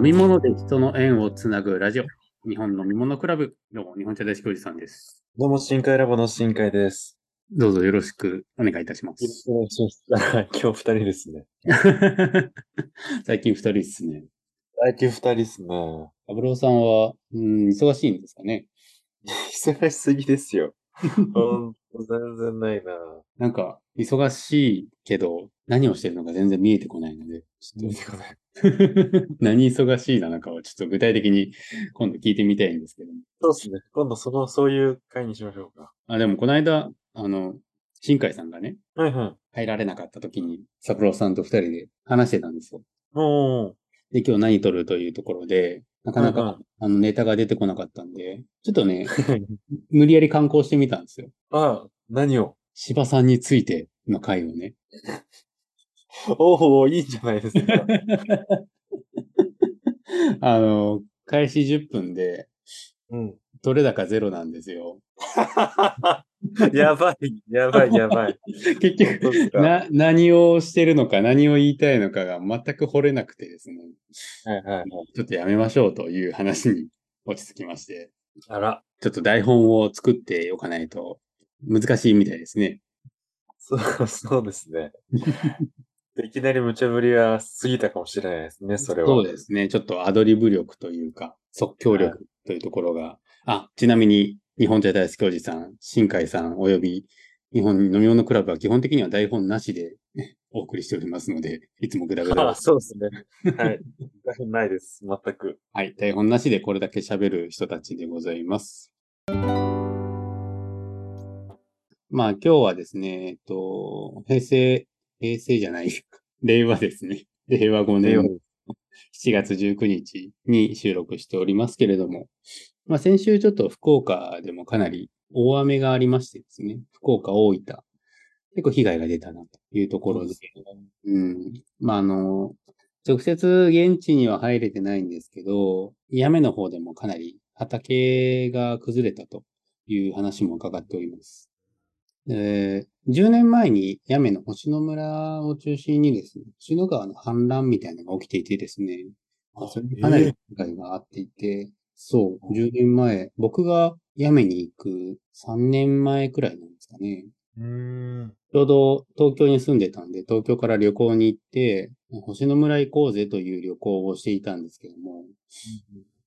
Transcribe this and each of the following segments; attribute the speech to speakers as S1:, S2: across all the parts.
S1: み物で人の縁をつなぐラジオ、日本飲み物クラブ、どうも、日本茶大好きおじさんです。
S2: どうも、深海ラボの深海です。
S1: どうぞよろしくお願いいたしま
S2: よろ
S1: す
S2: し。くお願いします。 はい今日二人ですね。
S1: 最近二人ですね。
S2: 最近二人ですね。
S1: ブ郎さんは、うん、忙しいんですかね
S2: 忙しすぎです よ。ほんと、全然ないな
S1: なんか、忙しいけど、何をしてるのか全然見えてこないので、 ちょっ
S2: てこない。
S1: と、何忙しいなのかはちょっと具体的に今度聞いてみたいんですけども。
S2: そうですね。今度その、そういう回にしましょうか。
S1: あ、でもこの間、あの、新海さんがね、
S2: はいはい。
S1: 入られなかった時に、サブローさんと二人で話してたんですよ。
S2: おー。
S1: で、今日何撮るというところで、なかなか、
S2: うんうん
S1: あのネタが出てこなかったんで、ちょっとね、無理やり観光してみたんですよ。
S2: あ、何を
S1: 芝さんについての回をね。
S2: おおいいんじゃないですか。
S1: あの、開始10分で、
S2: うん。
S1: 取れ高ゼロなんですよ。
S2: やばい、やばい、やば い。
S1: 結局、
S2: そうっすか
S1: な、何をしてるのか、何を言いたいのかが全く掘れなくてですね、
S2: はいはいはい。
S1: ちょっとやめましょうという話に落ち着きまして、
S2: あら、
S1: ちょっと台本を作っておかないと難しいみたいですね。
S2: そう、そうですね。いきなり無茶ぶりは過ぎたかもしれないですね、それは。
S1: そうですね。ちょっとアドリブ力というか、即興力というところが。あ、ちなみに、日本茶大好きおじさん、新海さん、および日本飲み物クラブは基本的には台本なしで お送りしておりますので、いつもグダグダ
S2: あ
S1: です。
S2: そうですね。はい。ないです。全く。
S1: はい。台本なしでこれだけ喋る人たちでございます。まあ今日はですね、えっと、平成、平成じゃない、 令和ですね。令和5年7月19日に収録しておりますけれども、まあ、先週ちょっと福岡でもかなり大雨がありましてですね、福岡、大分、結構被害が出たなというところで、うん。まあ、あの、直接現地には入れてないんですけど、屋根の方でもかなり畑が崩れたという話も伺っております。で10年前に屋根の星野村を中心にですね、星野川の氾濫みたいなのが起きていてですね、まあそれにかな
S2: え
S1: り
S2: え
S1: 被害があっていて、そう、10年前、僕が屋根に行く3年前くらいなんですかね。
S2: うーん。
S1: ちょうど東京に住んでたんで、東京から旅行に行って、星野村行こうぜという旅行をしていたんですけども、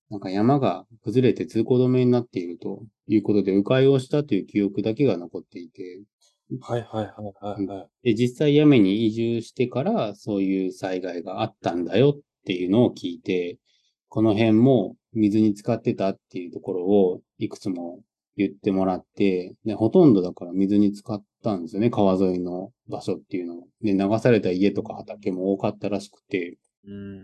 S1: なんか山が崩れて通行止めになっているということで、迂回をしたという記憶だけが残っていて、
S2: はいはいはいはいは
S1: で
S2: い。
S1: 実際屋根に移住してからそういう災害があったんだよっていうのを聞いて、この辺も水に浸かってたっていうところをいくつも言ってもらって、でほとんどだから水に浸かったんですよね、川沿いの場所っていうのは。で、流された家とか畑も多かったらしくて、
S2: うん。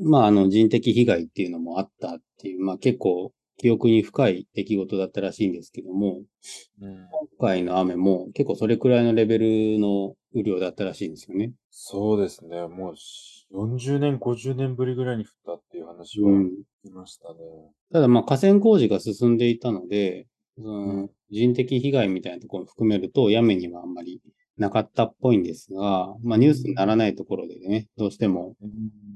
S1: まあ、あの、人的被害っていうのもあったっていう、まあ結構記憶に深い出来事だったらしいんですけども、
S2: うん、
S1: 今回の雨も結構それくらいのレベルの雨量だったらしいんですよね。
S2: そうですね。もうし40年、50年ぶりぐらいに降ったっていう話は
S1: うん
S2: 聞きましたね。
S1: ただまあ河川工事が進んでいたので、う
S2: うんん、
S1: 人的被害みたいなところを含めると、屋根にはあんまりなかったっぽいんですが、まあニュースにならないところでね、どうしても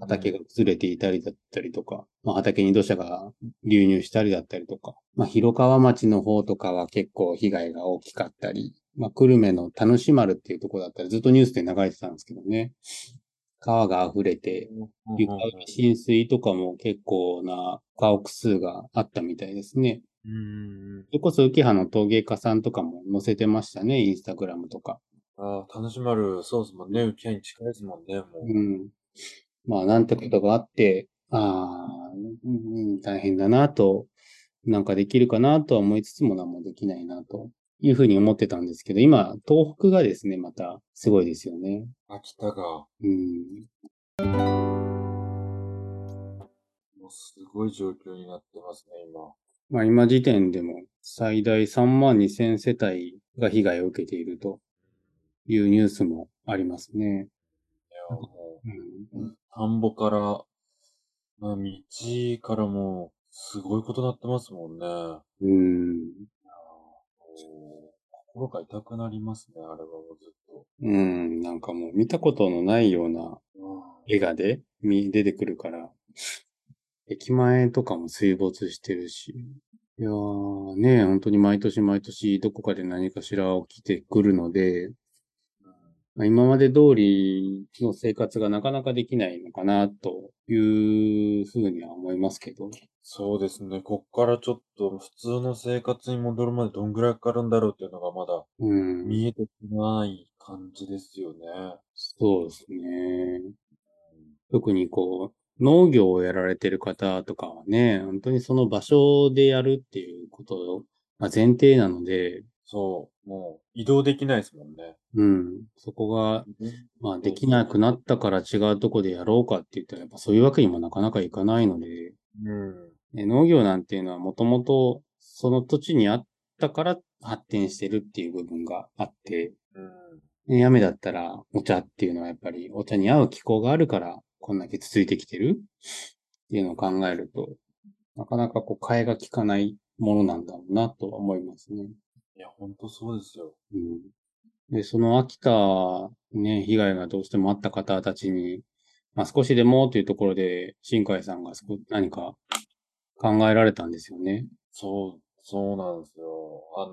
S1: 畑が崩れていたりだったりとか、まあ、畑に土砂が流入したりだったりとか、まあ、広川町の方とかは結構被害が大きかったり、まあ、久留米の田主丸っていうところだったり、ずっとニュースで流れてたんですけどね、川が溢れて、
S2: うん、
S1: 床上浸水とかも結構な家屋数があったみたいですね。
S2: うん。
S1: それこそ浮葉の陶芸家さんとかも載せてましたね、インスタグラムとか。
S2: ああ、楽しまる、そうですもんね。受けに近いですもんね、もう。
S1: うん。まあ、なんてことがあって、ああ、うん大変だなと、なんかできるかなとは思いつつも何もできないなというふうに思ってたんですけど、今、東北がですね、またすごいですよね。
S2: 秋田が、も
S1: うん。
S2: うすごい状況になってますね、今。
S1: まあ、今時点でも最大3万2千世帯が被害を受けているというニュースもありますね。
S2: いや、もう。
S1: うん、
S2: 田んぼから、まあ、道からも、すごいことなってますもんね。
S1: うん
S2: 心が痛くなりますね、あれはもうずっと。
S1: うん、なんかもう見たことのないような
S2: うん
S1: 絵がで、み出てくるから、駅前とかも水没してるし。いやーね、本当に毎年毎年どこかで何かしら起きてくるので、まあ今まで通りの生活がなかなかできないのかな、というふうには思いますけど。
S2: そうですね。こっからちょっと普通の生活に戻るまでどんぐらいかかるんだろうっていうのがまだ
S1: うん。
S2: 見えてこない感じですよね。
S1: そうですね。特にこう、農業をやられてる方とかはね、本当にその場所でやるっていうことが前提なので、
S2: そう。もう移動できないですもんね。
S1: うん。そこが、まあ、できなくなったから違うとこでやろうかって言ったら、やっぱそういうわけにもなかなかいかないので、
S2: うん。
S1: ね農業なんていうのはもともとその土地にあったから発展してるっていう部分があって、
S2: うん。
S1: ね雨だったらお茶っていうのはやっぱりお茶に合う気候があるからこんだけ続いてきてるっていうのを考えると、なかなかこう替えが効かないものなんだろうなとは思いますね。
S2: いや、ほんとそうですよ。
S1: うんで、その秋田、ね、被害がどうしてもあった方たちに、まあ、少しでもというところで、新海さんがそこ何か考えられたんですよね。
S2: そう、そうなんですよ。あのー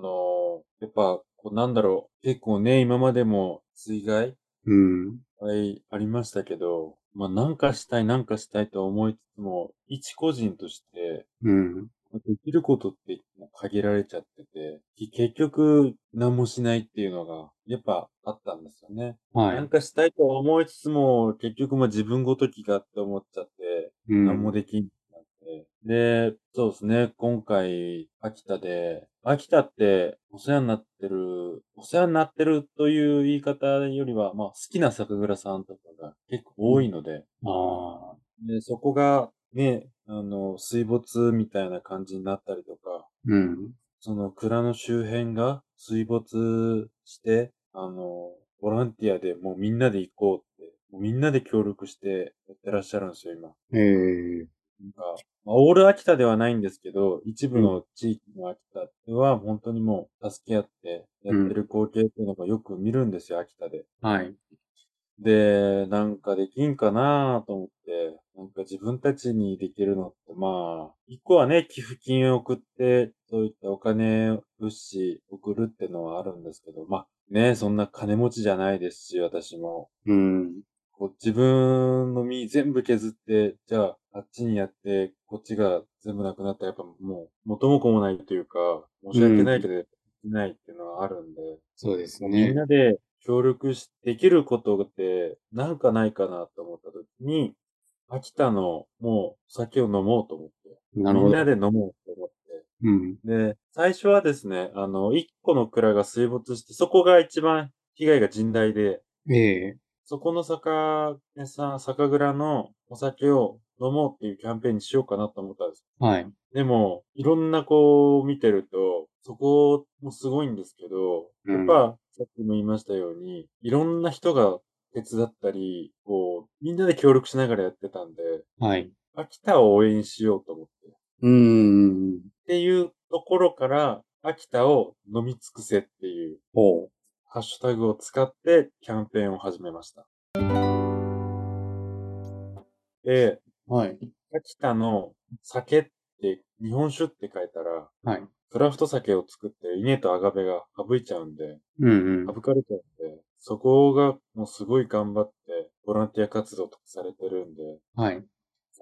S2: やっぱ、こうなんだろう。結構ね、今までも水害
S1: うん。
S2: はい、ありましたけど、まあ、なんかしたい、なんかしたいと思いつつも、一個人として、
S1: うん。
S2: できることって限られちゃってて、き結局、何もしないっていうのが、やっぱあったんですよね。
S1: は
S2: なん
S1: い。
S2: かしたいと思いつつも、結局、まあ、自分ごときがって思っちゃって、
S1: うん。
S2: 何もできんくなって。で、そうですね、今回、秋田で、秋田って、お世話になってる、お世話になってるという言い方よりは、まあ、好きな酒蔵さんとかが結構多いので、
S1: ああ。
S2: で、そこが、ね、あの、水没みたいな感じになったりとか、
S1: うん。
S2: その蔵の周辺が水没して、あの、ボランティアでもうみんなで行こうって、もうみんなで協力してやってらっしゃるんですよ、今。
S1: ええ
S2: なんか、まあ、オール秋田ではないんですけど、一部の地域の秋田では本当にもう助け合ってやってる光景っていうのがよく見るんですよ、秋田で。
S1: はい。
S2: で、なんかできんかなと思って、なんか自分たちにできるのって、まあ、一個はね、寄付金を送って、そういったお金、物資送るってのはあるんですけど、まあね、そんな金持ちじゃないですし、私も。
S1: うん。
S2: こう自分の身全部削って、じゃあ、あっちにやって、こっちが全部なくなったら、やっぱもう、元も子もないというか、申し訳ないけど、できないっていうのはあるんで、
S1: そうです
S2: みん
S1: ね。
S2: なで協力し、できることって、なんかないかなと思った時に、秋田の、もう、酒を飲もうと思って、
S1: なる
S2: み
S1: ほ
S2: ん
S1: ど
S2: な。で飲もうと思って、
S1: うん。
S2: で、最初はですね、あの、一個の蔵が水没して、そこが一番被害が甚大で、
S1: ええ
S2: そこの酒屋さん、酒蔵のお酒を飲もうっていうキャンペーンにしようかなと思ったんです。
S1: はい。
S2: でも、いろんなこう見てると、そこもすごいんですけど、
S1: うん
S2: やっぱ、さっきも言いましたように、いろんな人が手伝ったり、こう、みんなで協力しながらやってたんで、
S1: はい。
S2: 秋田を応援しようと思って。っ
S1: うん。
S2: ていうところから、秋田を飲み尽くせっていう
S1: ほう。
S2: ハッシュタグを使ってキャンペーンを始めました。で、
S1: はい。
S2: 秋田の酒って、日本酒って書いたら、
S1: はい。
S2: クラフト酒を作って稲とアガベが省いちゃうんで、
S1: うんうん。
S2: 省かれちゃうんで、そこがもうすごい頑張って、ボランティア活動とかされてるんで、
S1: はい。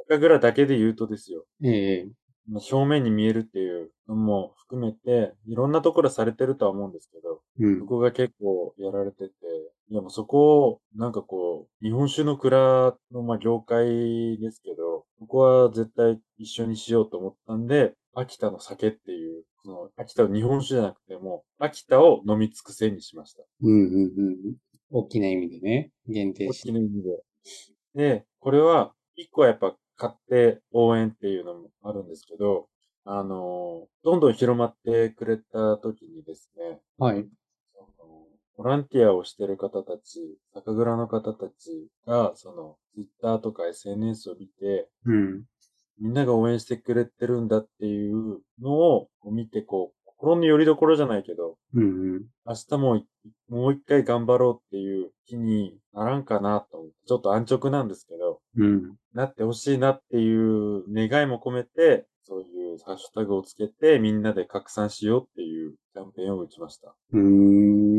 S2: 酒蔵だけで言うとですよ、
S1: ええ
S2: まあ正面に見えるっていうのも含めて、いろんなところされてるとは思うんですけど、
S1: う
S2: そ
S1: ん。
S2: こが結構やられてて、いやもうそこを、なんかこう、日本酒の蔵の、まあ、業界ですけど、ここは絶対一緒にしようと思ったんで、秋田の酒っていう、その、秋田の日本酒じゃなくても、秋田を飲み尽くせにしました。
S1: うんうんうん。大きな意味でね、限定
S2: 大
S1: して。
S2: きな意味で。で、これは、一個はやっぱ買って応援っていうのもあるんですけど、あのどんどん広まってくれた時にですね、
S1: はい。
S2: そのボランティアをしてる方たち、酒蔵の方たちが、その、ツイッターとか SNS を見て、
S1: うん。
S2: みんなが応援してくれてるんだっていうのをこう見て、こう、心の拠り所じゃないけど、
S1: うんうん。
S2: 明日もい、もう一回頑張ろうっていう気にならんかなと思って、ちょっと安直なんですけど、
S1: うん。
S2: なってほしいなっていう願いも込めて、そういうハッシュタグをつけて、みんなで拡散しようっていうキャンペーンを打ちました。
S1: うー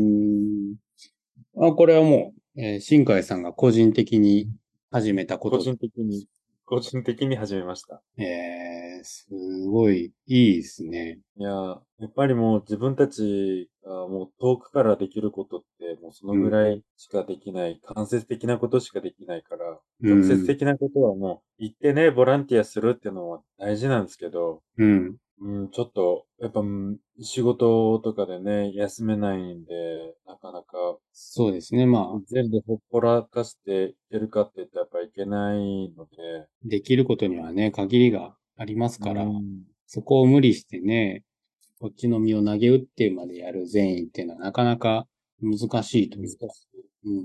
S1: ん。あ、これはもう、えー新海さんが個人的に始めたこ
S2: 個
S1: と
S2: 人的に、個人的に始めました。
S1: で、えー、すごいいいですね。
S2: いやー、やっぱりもう自分たちがもう遠くからできることって、もうそのぐらいしかできない、間接的なことしかできないから、
S1: うん
S2: 直接的なことはもう行ってね、ボランティアするっていうのは大事なんですけど、
S1: うん。
S2: うん、ちょっと、やっぱ、うん仕事とかでね、休めないんで、なかなか、
S1: そうですね。まあ、
S2: 全部ほっぽらかしていけるかって言ったらやっぱいけないので、
S1: できることにはね、限りがありますから、
S2: うん
S1: そこを無理してね、こっちの身を投げ打ってまでやる善意っていうのはなかなか難しいとい
S2: 難
S1: う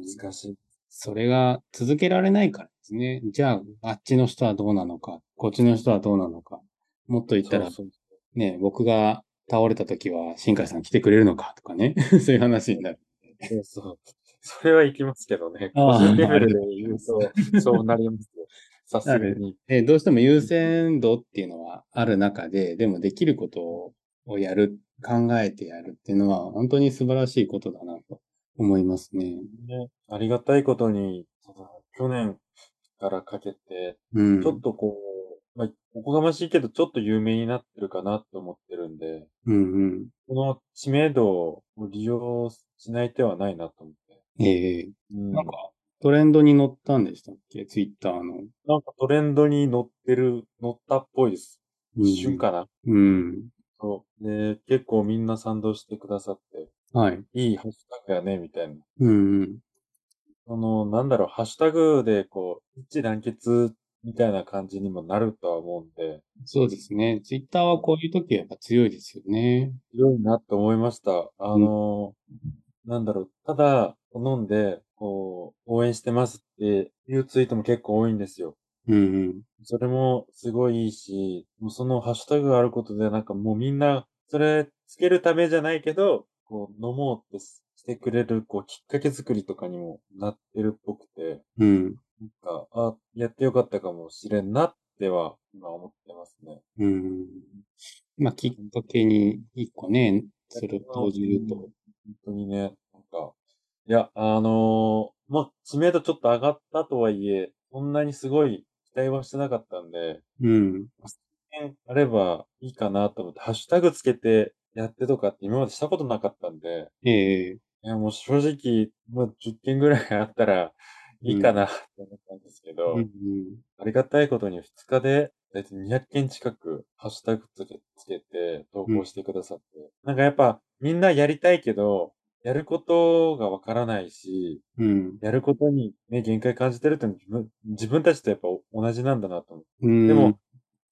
S2: し
S1: か、うん、
S2: い、難しい。
S1: それが続けられないからですね。じゃあ、あっちの人はどうなのか、こっちの人はどうなのか、もっと言ったら、
S2: そうそう
S1: ね、僕が倒れた時は新海さん来てくれるのかとかね、 そういう話になる。
S2: そうそう。それはいきますけどね。
S1: ああ
S2: 個人レベルで言うと、そうなりますよ。さすが
S1: な
S2: に。
S1: えどうしても優先度っていうのはある中で、でもできることをやる、考えてやるっていうのは本当に素晴らしいことだなと思いますね。
S2: ね、ありがたいことに、その去年からかけて、
S1: うん。
S2: ちょっとこう、まあ、おこがましいけど、ちょっと有名になってるかなと思ってるんで、
S1: うん
S2: この知名度を利用しない手はないなと思って。
S1: うん。ええ
S2: うん、
S1: なんか、トレンドに乗ったんでしたっけツイッターの。
S2: なんかトレンドに乗ってる、乗ったっぽいです。
S1: うん
S2: 一瞬かな。
S1: うん。
S2: そう。で、結構みんな賛同してくださって、
S1: はい。
S2: いいハッシュタグやね、みたいな。
S1: うんうん。
S2: その、なんだろう、ハッシュタグで、こう、一致団結みたいな感じにもなるとは思うんで、
S1: そうですね。ツイッターはこういう時はやっぱ強いですよね。
S2: 強いなと思いました。あの、なんだろう、ただ、飲んで、こう、応援してますっていうツイートも結構多いんですよ。
S1: うんうん。
S2: それもすごいいいし、もうそのハッシュタグがあることで、なんかもうみんな、それつけるためじゃないけど、こう、飲もうってしてくれる、こう、きっかけ作りとかにもなってるっぽくて、
S1: うん。
S2: なんか、あ、やってよかったかもしれんなっては、今思ってますね。
S1: うん。まあ、きっかけに一個ね、それを投じる
S2: うん
S1: と。
S2: 本当にね、なんか、いや、あのーまあ、知名度ちょっと上がったとはいえ、そんなにすごい期待はしてなかったんで、
S1: うん。
S2: あればいいかなと思って、ハッシュタグつけてやってとかって今までしたことなかったんで、
S1: ええ
S2: いや、もう正直、まあ、10件ぐらいあったらいいかなって思ったんですけど、
S1: うんうん。
S2: ありがたいことに2日で、だいたい200件近くハッシュタグつけつけて投稿してくださって、なんかやっぱみんなやりたいけど、やることがわからないし、
S1: うん。
S2: やることにね、限界感じてるっていうのは自分自分たちとやっぱ同じなんだなと思って
S1: うん。
S2: でも、、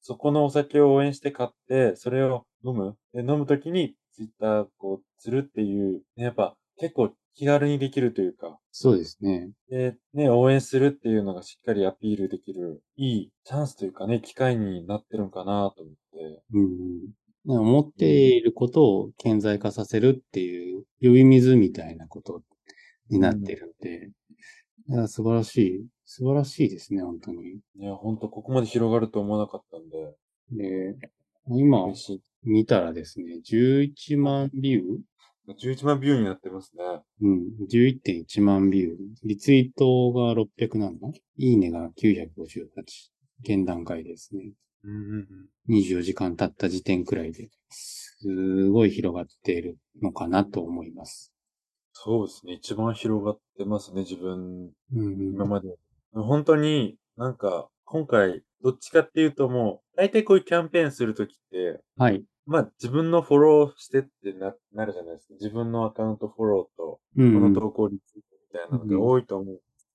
S2: そこのお酒を応援して買って、それを飲む。で、飲むときに、ツイッター、こう、するっていう、ね、やっぱ、結構気軽にできるというか、
S1: そうですね。
S2: で、ね、応援するっていうのがしっかりアピールできる、いいチャンスというかね、機会になってるんかなと思って。
S1: うんうん。でも思っていることを顕在化させるっていう、呼び水みたいなことになってるんで、いや素晴らしい。素晴らしいですね、本当に。
S2: いや、ほんと、ここまで広がると思わなかったんで、
S1: で、今
S2: 嬉しい。
S1: 見たらですね、11万ビュー
S2: 11万ビューになってますね。
S1: うん。11.1万ビュー。リツイートが600なのいいねが958。現段階ですね。
S2: うんうんうん。
S1: 24時間経った時点くらいで。すごい広がっているのかなと思います。
S2: そうですね。一番広がってますね、自分
S1: うん
S2: 今。まで。本当になんか、今回、どっちかっていうともう、大体こういうキャンペーンするときって、
S1: はい。
S2: まあ自分のフォローしてってな、なるじゃないですか。自分のアカウントフォローと、
S1: う
S2: こ
S1: んう
S2: の
S1: ん。
S2: 投稿率みたいなのが多いと思うんです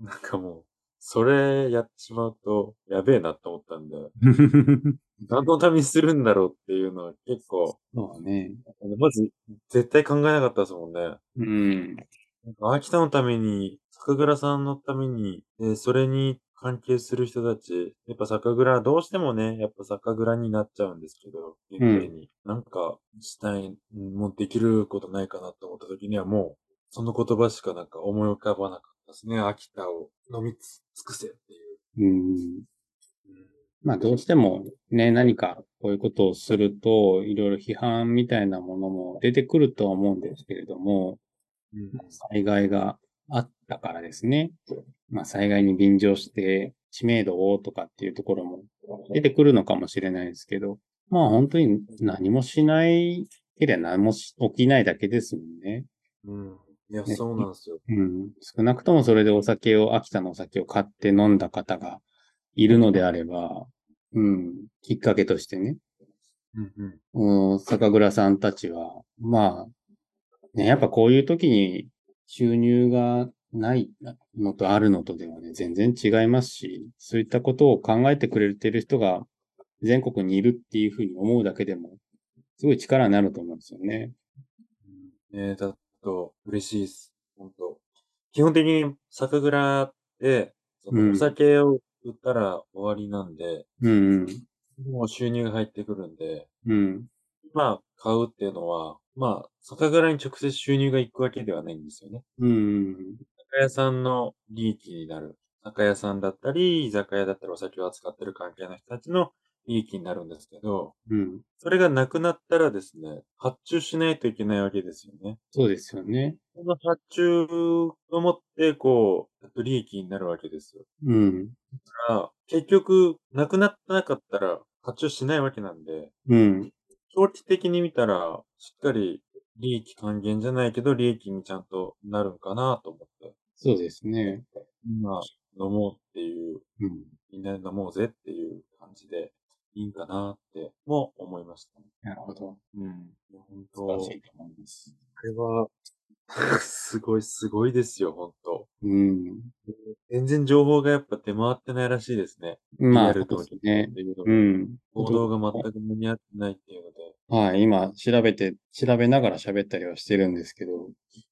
S2: けど、なんかもう、それやってしまうと、やべえなと思ったんで、何のためにするんだろうっていうのは結構、
S1: そうね。
S2: まず、絶対考えなかったですもんね。
S1: うん。
S2: なんか秋田のために、酒蔵さんのために、えーそれに関係する人たち、やっぱ酒蔵、どうしてもね、やっぱ酒蔵になっちゃうんですけど、限定に。なんか、したい、うんもうできることないかなと思った時にはもう、その言葉しかなんか思い浮かばなかったですね。秋田を飲みつ尽くせっていう。
S1: うん。まあどうしてもね、何かこういうことをすると、いろいろ批判みたいなものも出てくるとは思うんですけれども、
S2: うん。
S1: 災害があったからですね。まあ災害に便乗して知名度をとかっていうところも出てくるのかもしれないですけど、まあ本当に何もしないけりゃ何もし起きないだけですもんね。
S2: うん。いや、
S1: ね
S2: そうなんですよ。
S1: うん。少なくともそれでお酒を、秋田のお酒を買って飲んだ方がいるのであれば、うん。きっかけとしてね、
S2: うんうん。
S1: うん、酒蔵さんたちは、まあ、ね、やっぱこういう時に収入がないのとあるのとではね、全然違いますし、そういったことを考えてくれてる人が全国にいるっていうふうに思うだけでも、すごい力になると思うんですよね。
S2: えー、だと、嬉しいです。本当基本的に酒蔵って、そ
S1: うん
S2: のお酒を売ったら終わりなんで、
S1: うん
S2: もう収入が入ってくるんで、
S1: うん。うん。
S2: まあ、買うっていうのは、まあ、酒蔵に直接収入が行くわけではないんですよね。
S1: うんうん。
S2: 酒屋さんの利益になる。酒屋さんだったり、居酒屋だったりお酒を扱ってる関係の人たちの利益になるんですけど、
S1: うん。
S2: それがなくなったらですね、発注しないといけないわけですよね。
S1: そうですよね。
S2: その発注をもって、こう、利益になるわけですよ。
S1: うん。
S2: だから結局、なくなってなかったら発注しないわけなんで、
S1: うん。
S2: 長期的に見たら、しっかり利益還元じゃないけど、利益にちゃんとなるんかなと思って、
S1: そうですね。
S2: 今、飲もうっていう
S1: うん。
S2: みんなで飲もうぜっていう感じでいいんかなっても思いました、ね。
S1: なるほど。
S2: うん。いや本
S1: 素晴ら
S2: 当
S1: しい
S2: こと
S1: 思います。
S2: れは、 すごい、すごいですよ、本当
S1: うん。
S2: 全然情報がやっぱ出回ってないらしいですね。
S1: まあ、
S2: リアル
S1: そ
S2: と
S1: うですね。
S2: というのが
S1: うん。
S2: 報道が全く間に合ってないっていうので。
S1: はい、今、調べて、調べながら喋ったりはしてるんですけど、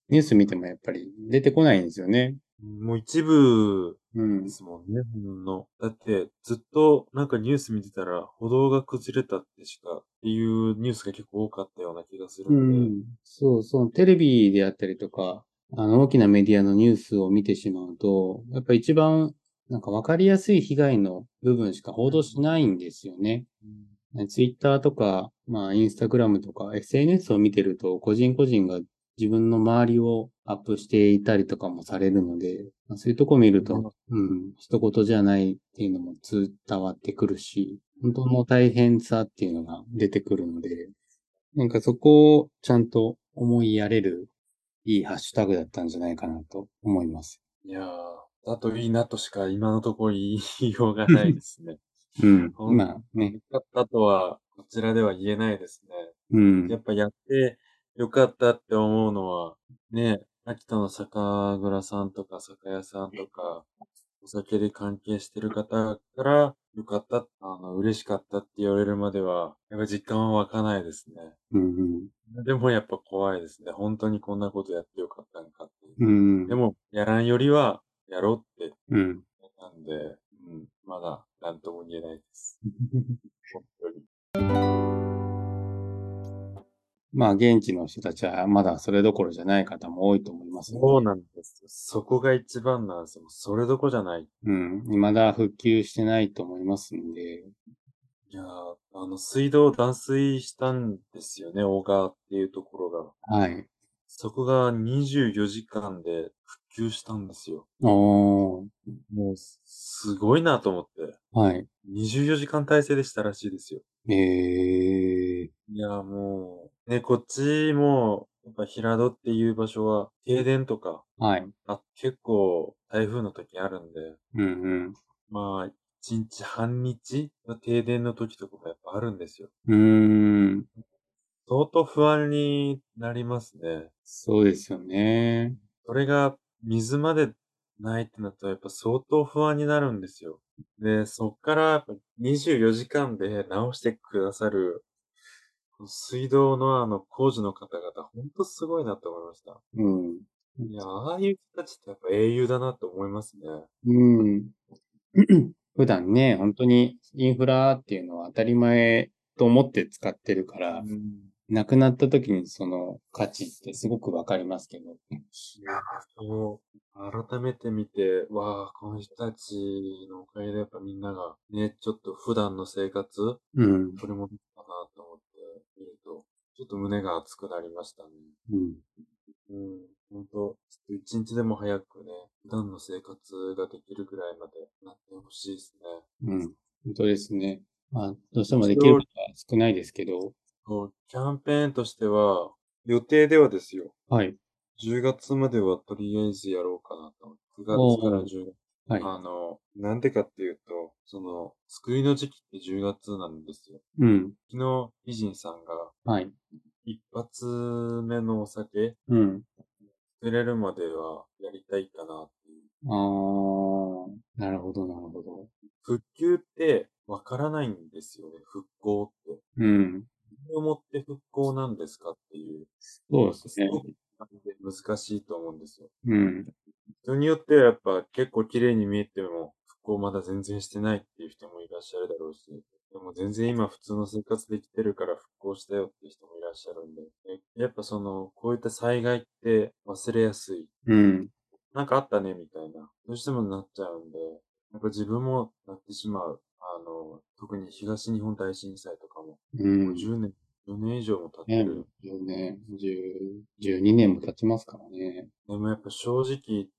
S1: ニュース見てもやっぱり出てこないんですよね。
S2: もう一部
S1: うん
S2: で。すもんね、ほんの。だって、ずっとなんかニュース見てたら、歩道が崩れたってしか、っていうニュースが結構多かったような気がする
S1: うん
S2: で。
S1: ん。そうそう、テレビであったりとか、あの、大きなメディアのニュースを見てしまうと、やっぱ一番、なんかわかりやすい被害の部分しか報道しないんですよね。
S2: うん
S1: ツイッターとか、まあ、インスタグラムとか、SNS を見てると、個人個人が自分の周りをアップしていたりとかもされるので、まあそういうとこ見ると、うん、一言じゃないっていうのも伝わってくるし、本当の大変さっていうのが出てくるので、なんかそこをちゃんと思いやれる、いいハッシュタグだったんじゃないかなと思います。
S2: いやー、だといいなとしか今のところ言いようがないですね。
S1: うん。
S2: ほん
S1: まあ ね。
S2: だったとは、こちらでは言えないです
S1: う
S2: ね。や
S1: ん。
S2: っぱやってよかったって思うのは、ね、秋田の酒蔵さんとか酒屋さんとか、お酒で関係してる方から、よかった、あの、嬉しかったって言われるまでは、やっぱ実感は湧かないですね。
S1: うん。
S2: でもやっぱ怖いですね。本当にこんなことやってよかったんかっていう。
S1: うん。
S2: でも、やらんよりは、やろうって
S1: うん。
S2: なんで、うん、まだ何とも言えないです。本当に。
S1: まあ、現地の人たちはまだそれどころじゃない方も多いと思います、
S2: そうなんですよ。そこが一番なんですよ。それどこじゃない。
S1: うん。未だ復旧してないと思いますんで。
S2: いやーあの、水道断水したんですよね、大川っていうところが。
S1: はい。
S2: そこが24時間で復旧したんですよ。
S1: おー。
S2: もう、すごいなと思って。
S1: はい。
S2: 24時間体制でしたらしいですよ。
S1: えー。
S2: いやー、もう、ね、こっちも、やっぱ平戸っていう場所は、停電とか、
S1: はい。
S2: あ、結構台風の時あるんで、
S1: うん
S2: まあ、1日半日の停電の時とかもやっぱあるんですよ。
S1: うん。うーん。
S2: 相当不安になりますね。
S1: そうですよね。
S2: それが水までないってなったらやっぱ相当不安になるんですよ。で、そっからやっぱ24時間で直してくださるこの水道のあの工事の方々、ほんとすごいなと思いました。
S1: うん。
S2: いや、ああいう人たちってやっぱ英雄だなと思いますね。
S1: うん。 普段ね、本当にインフラっていうのは当たり前と思って使ってるから、
S2: うん
S1: なくなった時にその価値ってすごくわかりますけど。
S2: いやー、そう、改めて見て、わあ、この人たちのおかげでやっぱみんながね、ちょっと普段の生活、
S1: うん。
S2: 取り戻ったなと思って見ると、ちょっと胸が熱くなりましたね。
S1: うん。
S2: うん。本当ちょっと一日でも早くね、普段の生活ができるぐらいまでなってほしいですね。
S1: うん。本当ですね。まあ、どうしてもできることは少ないですけど、
S2: こうキャンペーンとしては、予定ではですよ。
S1: はい。
S2: 10月まではとりあえずやろうかなと。9
S1: お
S2: 月
S1: ー
S2: から10月。
S1: はい。
S2: あの、なんでかっていうと、その、救いの時期って10月なんですよ。
S1: うん。
S2: 昨日、美人さんが、
S1: はい。
S2: 一発目のお酒、
S1: うん。
S2: 売れるまではやりたいかなっていう。
S1: あー、なるほど、なるほど。
S2: 復旧ってわからないんですよね、復興って。
S1: うん。
S2: 何をもって復興なんですかっていう。
S1: そうですね
S2: す。ごく難しいと思うんですよ。
S1: うん。
S2: 人によってはやっぱ結構綺麗に見えても、復興まだ全然してないっていう人もいらっしゃるだろうし、でも全然今普通の生活できてるから復興したよっていう人もいらっしゃるんで、えやっぱその、こういった災害って忘れやすい。
S1: うん。
S2: なんかあったねみたいな、どうしてもなっちゃうんで、なんか自分もなってしまう。あの、特に東日本大震災とかも、
S1: うん。
S2: 10年、10年以上も経って
S1: ね
S2: る。、
S1: 10年、10 12年も経ちますからね。
S2: でもやっぱ正直、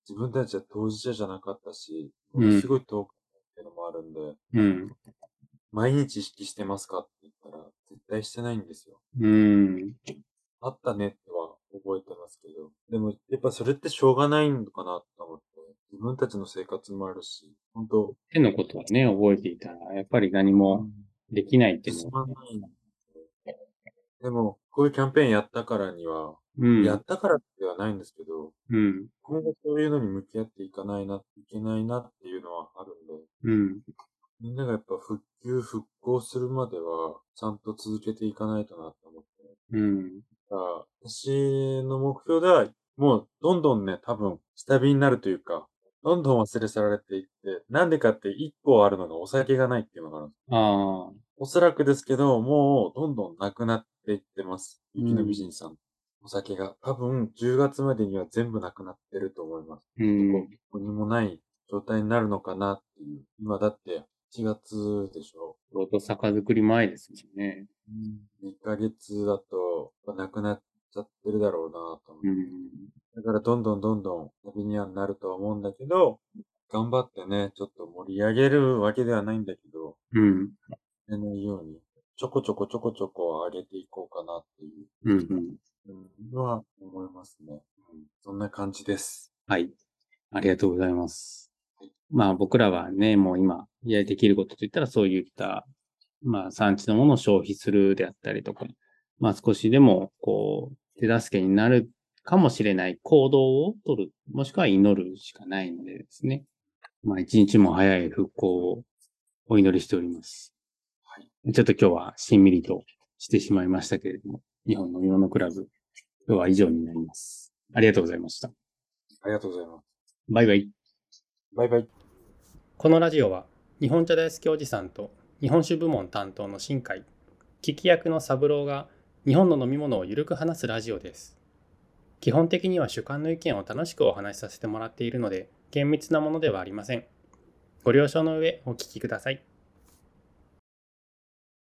S2: 自分たちは当事者じゃなかったし、
S1: うん
S2: すごい遠くっていうのもあるんで、
S1: うん。
S2: 毎日意識してますかって言ったら、絶対してないんですよ。
S1: うん。
S2: あったねっては覚えてますけど。でも、やっぱそれってしょうがないのかなと思って、自分たちの生活もあるし、本当
S1: 手のことはね、覚えていたら、やっぱり何もできないっていう
S2: 進
S1: の
S2: ま
S1: は、
S2: ないんで。でも、こういうキャンペーンやったからには、
S1: うん。
S2: やったからではないんですけど、
S1: うん。
S2: 今後そういうのに向き合っていかないな、いけないなっていうのはあるんで、
S1: うん。
S2: みんながやっぱ復旧、復興するまでは、ちゃんと続けていかないとなって思って。
S1: うん。
S2: だから私の目標では、もうどんどんね、多分、下火になるというか、どんどん忘れ去られていって、なんでかって一個あるのがお酒がないっていうのがあるんです。
S1: ああ、
S2: おそらくですけど、もうどんどんなくなっていってます。雪の美人さん。お酒が。多分、10月までには全部なくなってると思います。
S1: うん。
S2: どこにもない状態になるのかなっていう。今だって、4月でしょ。
S1: ちょうど酒造り前ですもんね。
S2: 1ヶ月だと、なくなっちゃってるだろうなと思って
S1: うん。
S2: だからどんどんどんどん旅にはなるとは思うんだけど、頑張ってね、ちょっと盛り上げるわけではないんだけど、
S1: うん。
S2: やれないように、ちょこちょこちょこちょこ上げていこうかなってい
S1: うん。うん。
S2: うのは思いますね。うん、そんな感じです。
S1: はい。ありがとうございます
S2: はい。
S1: まあ僕らはね、もう今、いやできることといったらそういった、まあ産地のものを消費するであったりとか、まあ少しでも、こう、手助けになるかもしれない行動を取る、もしくは祈るしかないのでですね。まあ一日も早い復興をお祈りしております。
S2: は
S1: ちょっと今日はしんみりとしてしまいましたけれども、日本の世のクラブ、今日は以上になります。ありがとうございました。
S2: ありがとうございます。
S1: バイバイ。
S2: バイバイ。
S1: このラジオは日本茶大好きおじさんと日本酒部門担当の新海聞き役の三郎が日本の飲み物をゆるく話すラジオです基本的には主観の意見を楽しくお話しさせてもらっているので厳密なものではありませんご了承の上お聞きください